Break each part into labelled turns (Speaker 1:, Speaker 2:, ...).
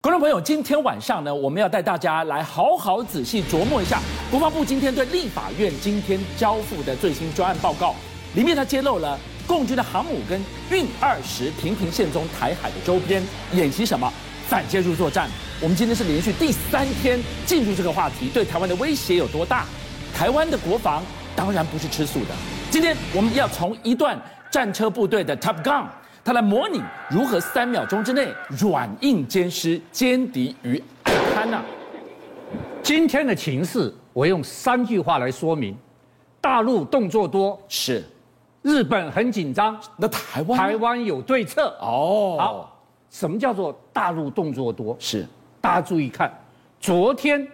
Speaker 1: 观众朋友，今天晚上呢，我们要带大家来好好仔细琢磨一下国防部今天对立法院今天交付的最新专案报告，里面它揭露了共军的航母跟运二十频频现踪台海的周边演习什么反介入作战。我们今天是连续第三天进入这个话题，对台湾的威胁有多大？台湾的国防当然不是吃素的。今天我们要从一段战车部队的 Top Gun，它来模拟如何三秒钟之内软硬兼施，歼敌于爱堪呐。
Speaker 2: 今天的情势，我用三句话来说明：大陆动作多，
Speaker 1: 是，
Speaker 2: 日本很紧张，
Speaker 1: 那台湾呢
Speaker 2: 台湾有对策。
Speaker 1: 哦，
Speaker 2: 好，什么叫做大陆动作多？
Speaker 1: 是
Speaker 2: 大家注意看，昨天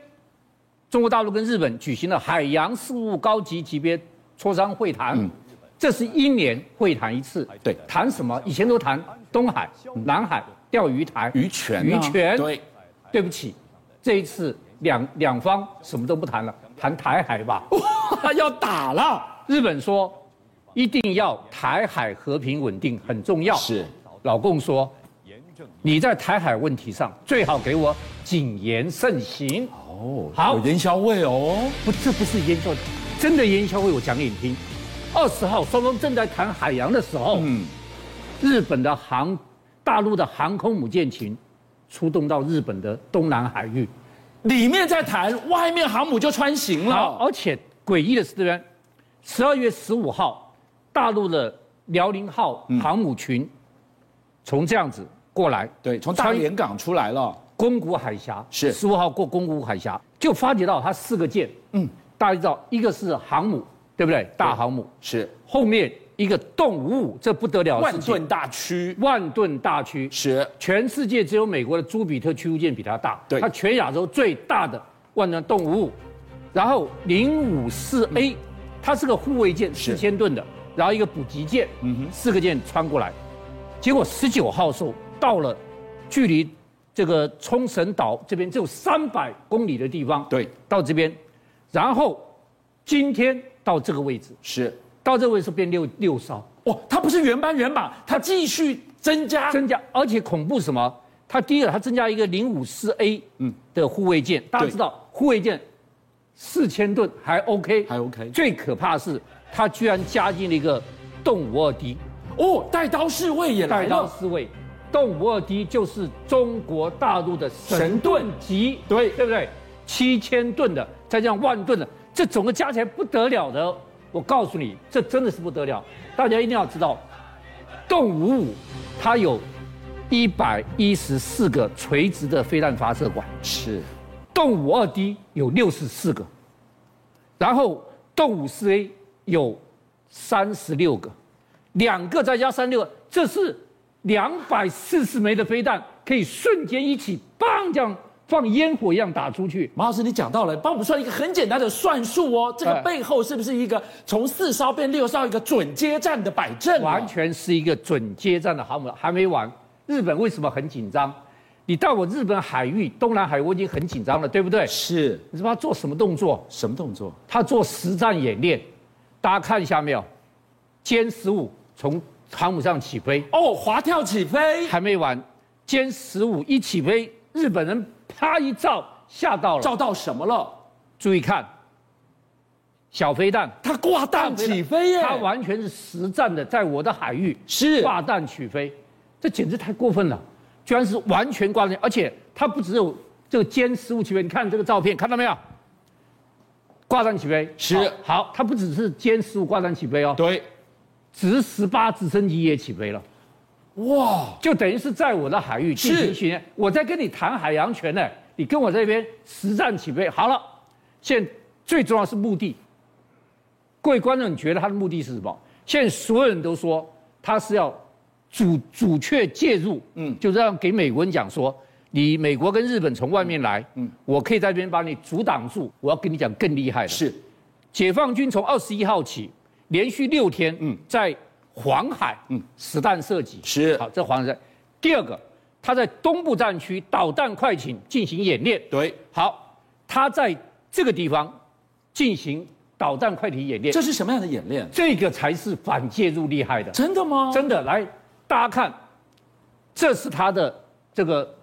Speaker 2: 中国大陆跟日本举行了海洋事务高级级别磋商会谈，这是一年会谈一次。
Speaker 1: 嗯对嗯
Speaker 2: 谈什么？以前都谈东海、南海、钓鱼台、
Speaker 1: 渔权啊，
Speaker 2: 渔权。
Speaker 1: 对，
Speaker 2: 对不起，这一次两两方什么都不谈了，谈台海吧。
Speaker 1: 哇，要打了，
Speaker 2: 日本说一定要台海和平稳定很重要。
Speaker 1: 是，
Speaker 2: 老共说你在台海问题上最好给我谨言慎行。
Speaker 1: 哦，
Speaker 2: 好
Speaker 1: 有烟硝味哦，
Speaker 2: 不，这不是烟消，真的烟消会我讲给你听。二十号双方正在谈海洋的时候，
Speaker 1: 嗯，
Speaker 2: 日本的航大陆的航空母舰群出动到日本的东南海域。
Speaker 1: 里面在谈，外面航母就穿行
Speaker 2: 好，
Speaker 1: 了，
Speaker 2: 而且诡异的是呢，十二月十五号，大陆的辽宁号
Speaker 1: 嗯
Speaker 2: 航母群从这样子过来，
Speaker 1: 对，从大连港出来了，
Speaker 2: 宫古海峡
Speaker 1: 是
Speaker 2: 十五号过宫古海峡，就发觉到它四个舰，嗯，大家知道一个是航母，对不对？大航母
Speaker 1: 是
Speaker 2: 后面一个动五五，这不得了的
Speaker 1: 万
Speaker 2: 事情，
Speaker 1: 吨大驱，
Speaker 2: 万吨大驱，
Speaker 1: 是
Speaker 2: 全世界只有美国的朱比特驱逐舰比它大，
Speaker 1: 对
Speaker 2: 它全亚洲最大的万能动物。然后零五四 A，它是个护卫舰，
Speaker 1: 嗯是嗯
Speaker 2: 四千吨的，然后一个补给舰，四个舰穿过来，结果十九号时候到了，距离这个冲绳岛这边只有三百公里的地方，
Speaker 1: 对，
Speaker 2: 到这边，然后今天到这个位置，
Speaker 1: 是。
Speaker 2: 到这个位置变六六艘，
Speaker 1: 哇，它不是原班人马，它继续增加。
Speaker 2: 增加，而且恐怖什么？它第一个，它增加一个零五四 A
Speaker 1: 嗯
Speaker 2: 的护卫舰，大家知道护卫舰四千吨还 OK，
Speaker 1: 还 OK
Speaker 2: 最可怕的是，它居然加进了一个动五二 D
Speaker 1: 哦，带刀侍卫也来
Speaker 2: 带刀
Speaker 1: 了，
Speaker 2: 侍卫。动五二 D 就是中国大陆的
Speaker 1: 神
Speaker 2: 神
Speaker 1: 盾
Speaker 2: 盾级，
Speaker 1: 对
Speaker 2: 对不对？七千吨的，再加上万吨的，这总个加起来不得了的。我告诉你，这真的是不得了，大家一定要知道，动五五它有一百一十四个垂直的飞弹发射管，
Speaker 1: 是
Speaker 2: 动五二 D 有六十四个，然后动五四 A 有三十六个，两个再加三六个，这是两百四十枚的飞弹，可以瞬间一起棒这样放烟火一样打出去。
Speaker 1: 马老师，你讲到了，帮我们算一个很简单的算术哦，这个
Speaker 2: 哎
Speaker 1: 背后是不是一个从四烧变六烧一个准接战的摆阵、啊？
Speaker 2: 完全是一个准接战的航母，还没完。日本为什么很紧张？你到我日本海域、东南海，我已经很紧张了，对不对？
Speaker 1: 是
Speaker 2: 你知道他做什么动作？
Speaker 1: 什么动作？
Speaker 2: 他做实战演练，大家看一下没有？歼十五从航母上起飞，
Speaker 1: 哦，滑跳起飞，
Speaker 2: 还没完，歼十五一起飞，日本人啪一照，吓到了。
Speaker 1: 照到什么了？
Speaker 2: 注意看，小飞弹，
Speaker 1: 它挂弹起飞耶！
Speaker 2: 它完全是实战的，在我的海域。
Speaker 1: 是
Speaker 2: 挂弹取飞，这简直太过分了，居然是完全挂弹，而且它不只有这个歼十五起飞，你看这个照片看到没有？挂弹起飞
Speaker 1: 是
Speaker 2: 好好它不只是歼十五挂弹起飞哦，
Speaker 1: 对，
Speaker 2: 直十八直升机也起飞了，
Speaker 1: 哇，
Speaker 2: 就等于是在我的海域进
Speaker 1: 是
Speaker 2: 行训练，我在跟你谈海洋权呢，你跟我这边实战起飞，好了，现在最重要是目的，各位观众，你觉得他的目的是什么？现在所有人都说他是要主主确介入，嗯，就是要给美国人讲说，你美国跟日本从外面来，嗯，我可以在这边把你阻挡住。我要跟你讲更厉害的，
Speaker 1: 是
Speaker 2: 解放军从二十一号起连续六天，嗯，在黄海，嗯，实弹射击
Speaker 1: 是
Speaker 2: 好，这黄海。第二个，他在东部战区导弹快艇进行演练，
Speaker 1: 对，
Speaker 2: 好，他在这个地方进行导弹快艇演练，
Speaker 1: 这是什么样的演练？
Speaker 2: 这个才是反介入厉害的，
Speaker 1: 真的吗？
Speaker 2: 真的来，大家看，这是他的这个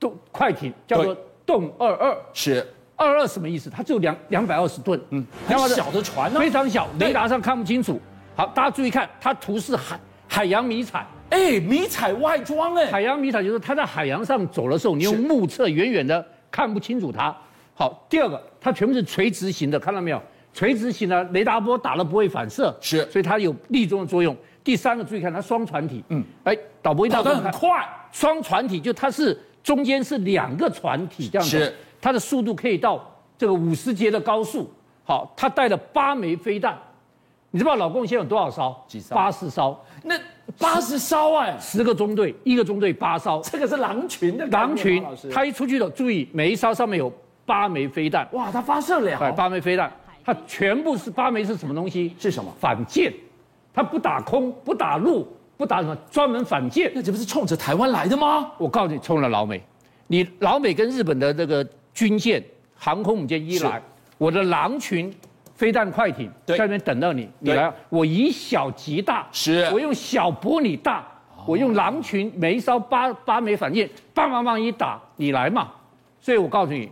Speaker 2: 动快艇，叫做动二二。
Speaker 1: 是
Speaker 2: 二二什么意思？它只有两两百二十吨，嗯，
Speaker 1: 很小的船啊呢、
Speaker 2: 非常小，
Speaker 1: 对
Speaker 2: 雷达上看不清楚。好，大家注意看，它图是海海洋迷彩，
Speaker 1: 哎，迷彩外装哎，
Speaker 2: 海洋迷彩就是它在海洋上走的时候，你用
Speaker 1: 是
Speaker 2: 目测远远的看不清楚它。好，第二个，它全部是垂直型的，看到没有？垂直型的雷达波打了不会反射，
Speaker 1: 是
Speaker 2: 所以它有立中的作用。第三个，注意看它双船体，嗯，哎，导播一
Speaker 1: 跑
Speaker 2: 到
Speaker 1: 得很快，
Speaker 2: 双船体就它是中间是两个船体这样
Speaker 1: 是
Speaker 2: 子，它的速度可以到这个五十节的高速。好，它带了八枚飞弹，你知道老共现在有多少艘？
Speaker 1: 几艘
Speaker 2: 八十艘，
Speaker 1: 那八十艘哎，
Speaker 2: 十个中队，一个中队八艘，
Speaker 1: 这个是狼群的概念
Speaker 2: 狼群
Speaker 1: 老师，
Speaker 2: 它一出去的，注意每一艘上面有八枚飞弹，
Speaker 1: 哇，它发射
Speaker 2: 哎，
Speaker 1: 了，
Speaker 2: 八枚飞弹，它全部是八枚是什么东西？
Speaker 1: 是什么
Speaker 2: 反舰，它不打空，不打陆，不打什么，专门反舰。
Speaker 1: 那这不是冲着台湾来的吗？
Speaker 2: 哦我告诉你，冲了老美，你老美跟日本的这个军舰、航空母舰一来
Speaker 1: 是，
Speaker 2: 我的狼群飞弹快艇
Speaker 1: 对
Speaker 2: 在那边等到你，你
Speaker 1: 对
Speaker 2: 来，我以小击大，
Speaker 1: 是哦
Speaker 2: 我用小博你大，我用狼群每一艘八八枚反舰，棒棒棒一打，你来嘛。所以我告诉你，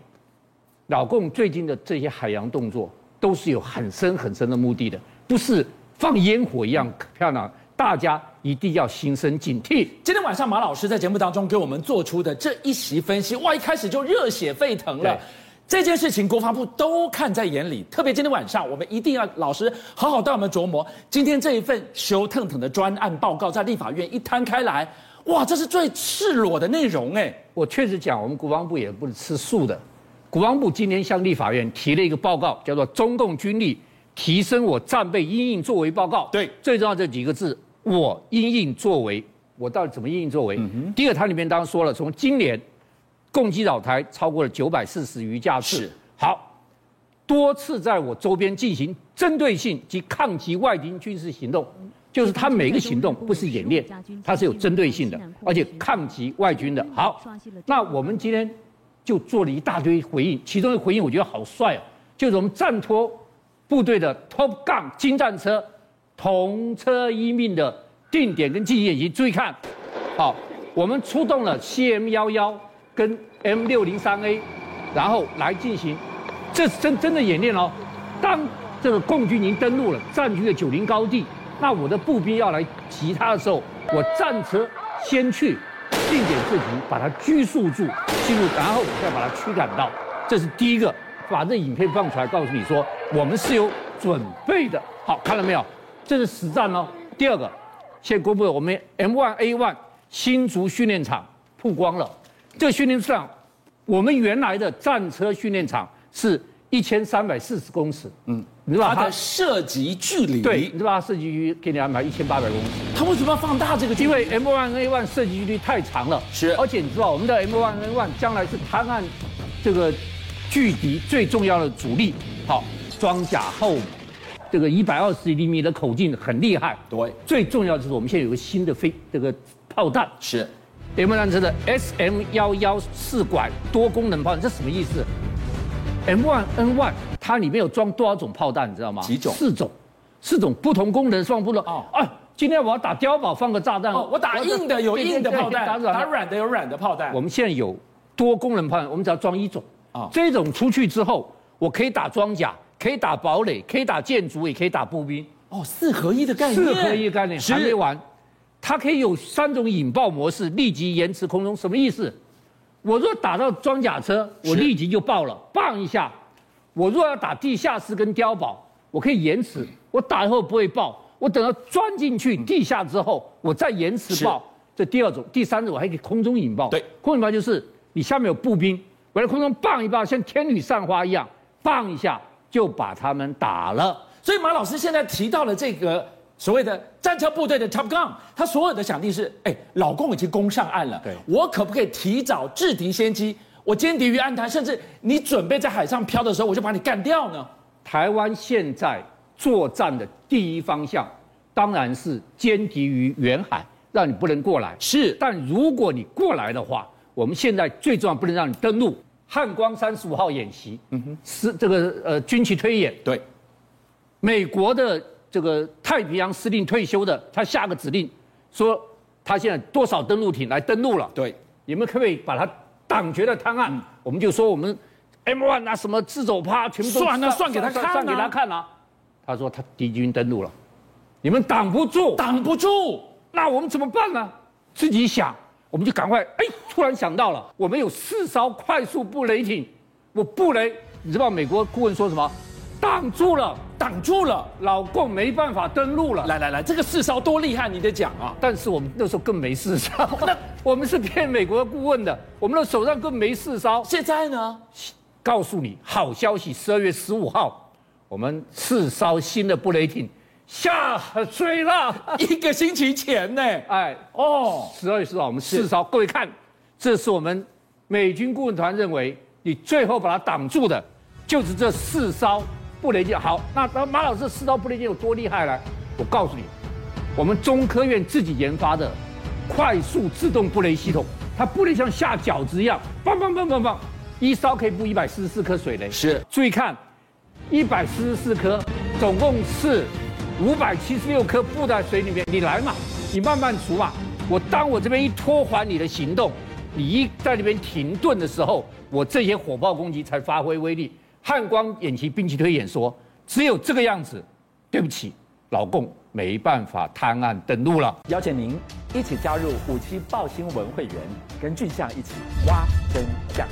Speaker 2: 老共最近的这些海洋动作都是有很深很深的目的的，不是放烟火一样漂亮，大家一定要心生警惕。
Speaker 1: 今天晚上马老师在节目当中给我们做出的这一席分析，哇，一开始就热血沸腾了
Speaker 2: 对。
Speaker 1: 这件事情，国防部都看在眼里，特别今天晚上，我们一定要老师好好带我们琢磨。今天这一份修腾腾的专案报告在立法院一摊开来，哇，这是最赤裸的内容哎，
Speaker 2: 我确实讲，我们国防部也不是吃素的。国防部今天向立法院提了一个报告，叫做《中共军力提升我战备应应作为报告》。
Speaker 1: 对
Speaker 2: 最重要这几个字，我应应作为，我到底怎么应应作为？第二，它里面当然说了，从今年共击扰台超过了九百四十余架次
Speaker 1: 是，
Speaker 2: 好，多次在我周边进行针对性及抗击外敌军事行动，就是它每个行动不是演练，它是有针对性的，而且抗击外军的。好，那我们今天就做了一大堆回应，其中的回应我觉得好帅哦，就是我们战托部队的 Top Gun 金战车同车一命的定点跟记忆演习，注意看，好，我们出动了 CM 幺幺跟 M 六零三 A，然后来进行，这是真真的演练哦。当这个共军已经登陆了，占据了九零高地，那我的步兵要来击他的时候，我战车先去定点射击，把它拘束住，进入，然后我再把它驱赶到。这是第一个，把这影片放出来，告诉你说我们是有准备的。好，看到没有？这是实战哦。第二个，现在公布了我们 M1A1 新竹训练场曝光了。这个训练场，我们原来的战车训练场是一千三百四十公尺，嗯，你知道
Speaker 1: 它
Speaker 2: 它
Speaker 1: 的射击距离，
Speaker 2: 对，你知道它设计局给你安排一千八百公尺。
Speaker 1: 它为什么要放大这个距
Speaker 2: 因
Speaker 1: 离？
Speaker 2: 为 M1A1 设计率太长了，
Speaker 1: 是
Speaker 2: 而且你知道我们的 M1A1 将来是滩岸这个距敌最重要的主力，好，装甲厚，这个一百二十厘米的口径很厉害，
Speaker 1: 对
Speaker 2: 最重要就是我们现在有个新的飞这个炮弹，
Speaker 1: 是
Speaker 2: 雷蒙战车的 SM 幺幺四拐多功能炮弹，这什么意思？M1N1 它里面有装多少种炮弹，你知道吗？
Speaker 1: 几种
Speaker 2: 四种，四种不同功能放不同。
Speaker 1: 哦
Speaker 2: 哦，啊，今天我要打碉堡，放个炸弹。
Speaker 1: 哦，我打硬的有硬的炮弹，
Speaker 2: 嗯对对对
Speaker 1: 打
Speaker 2: 打软。
Speaker 1: 软的有软的炮弹
Speaker 2: 我。们现在有多功能炮弹，我们只要装一种。
Speaker 1: 哦
Speaker 2: 啊，这种出去之后，我可以打装甲，可以打堡垒，可以打建筑，也可以打步兵。
Speaker 1: 哦，四合一的概念，
Speaker 2: 四合一概念
Speaker 1: 是
Speaker 2: 还没完，它可以有三种引爆模式，立即延迟空中，什么意思？我若打到装甲车，我
Speaker 1: 是
Speaker 2: 立即就爆了，棒一下；我若要打地下室跟碉堡，我可以延迟，我打以后不会爆，我等到钻进去
Speaker 1: 嗯
Speaker 2: 地下之后，我再延迟爆。这第二种，第三种我还可以空中引爆。
Speaker 1: 对
Speaker 2: 空中引爆就是你下面有步兵，我在空中棒一棒，像天女散花一样，棒一下就把他们打了。
Speaker 1: 所以马老师现在提到了这个所谓的战车部队的 Top Gun，他所有的想定是，哎，老公已经攻上岸了，
Speaker 2: 对
Speaker 1: 我可不可以提早制敌先机？我歼敌于岸滩，甚至你准备在海上漂的时候，我就把你干掉呢？
Speaker 2: 台湾现在作战的第一方向，当然是歼敌于远海，让你不能过来。
Speaker 1: 是
Speaker 2: 但如果你过来的话，我们现在最重要不能让你登陆。汉光三十五号演习，嗯哼，是这个呃军旗推演，
Speaker 1: 对，
Speaker 2: 美国的这个太平洋司令退休的，他下个指令说，他现在多少登陆艇来登陆了，
Speaker 1: 对，嗯
Speaker 2: 你们可不可以把它党权的贪案，我们就说我们 M1 啊什么自走趴全部都
Speaker 1: 算啊算给他看啊
Speaker 2: 算给他看啊。他说他敌军登陆了，你们挡不住，
Speaker 1: 挡不住，
Speaker 2: 那我们怎么办呢？自己想，我们就赶快，哎，突然想到了，我们有四艘快速布雷艇，我布雷，你知道美国顾问说什么？挡住了，
Speaker 1: 挡住了。
Speaker 2: 老共没办法登陆了。
Speaker 1: 来来来，这个四烧多厉害，你得讲啊！
Speaker 2: 但是我们那时候更没事烧， 那我们是骗美国顾问的，我们的手上更没事烧。
Speaker 1: 现在 呢？
Speaker 2: 告诉你好消息，十二月十五号，我们四艘新的布雷艇下水了。
Speaker 1: 一个星期前呢？
Speaker 2: 哎，
Speaker 1: 哦，
Speaker 2: 十二月十号我们四艘，各位看，这是我们美军顾问团认为你最后把它挡住的，就是这四艘布雷舰。好，那那马老师四艘布雷舰有多厉害呢？我告诉你，我们中科院自己研发的快速自动布雷系统，它布雷像下饺子一样，棒棒棒棒棒，一艘可以布一百四十四颗水雷。
Speaker 1: 是
Speaker 2: 注意看，一百四十四颗，总共是五百七十六颗布在水里面。你来嘛，你慢慢除嘛。我当我这边一拖缓你的行动，你一在那边停顿的时候，我这些火炮攻击才发挥威力。汉光演习兵棋推演说，只有这个样子，对不起，老共没办法探案登陆了。
Speaker 3: 邀请您一起加入五七报新闻会员，跟俊相一起挖真相。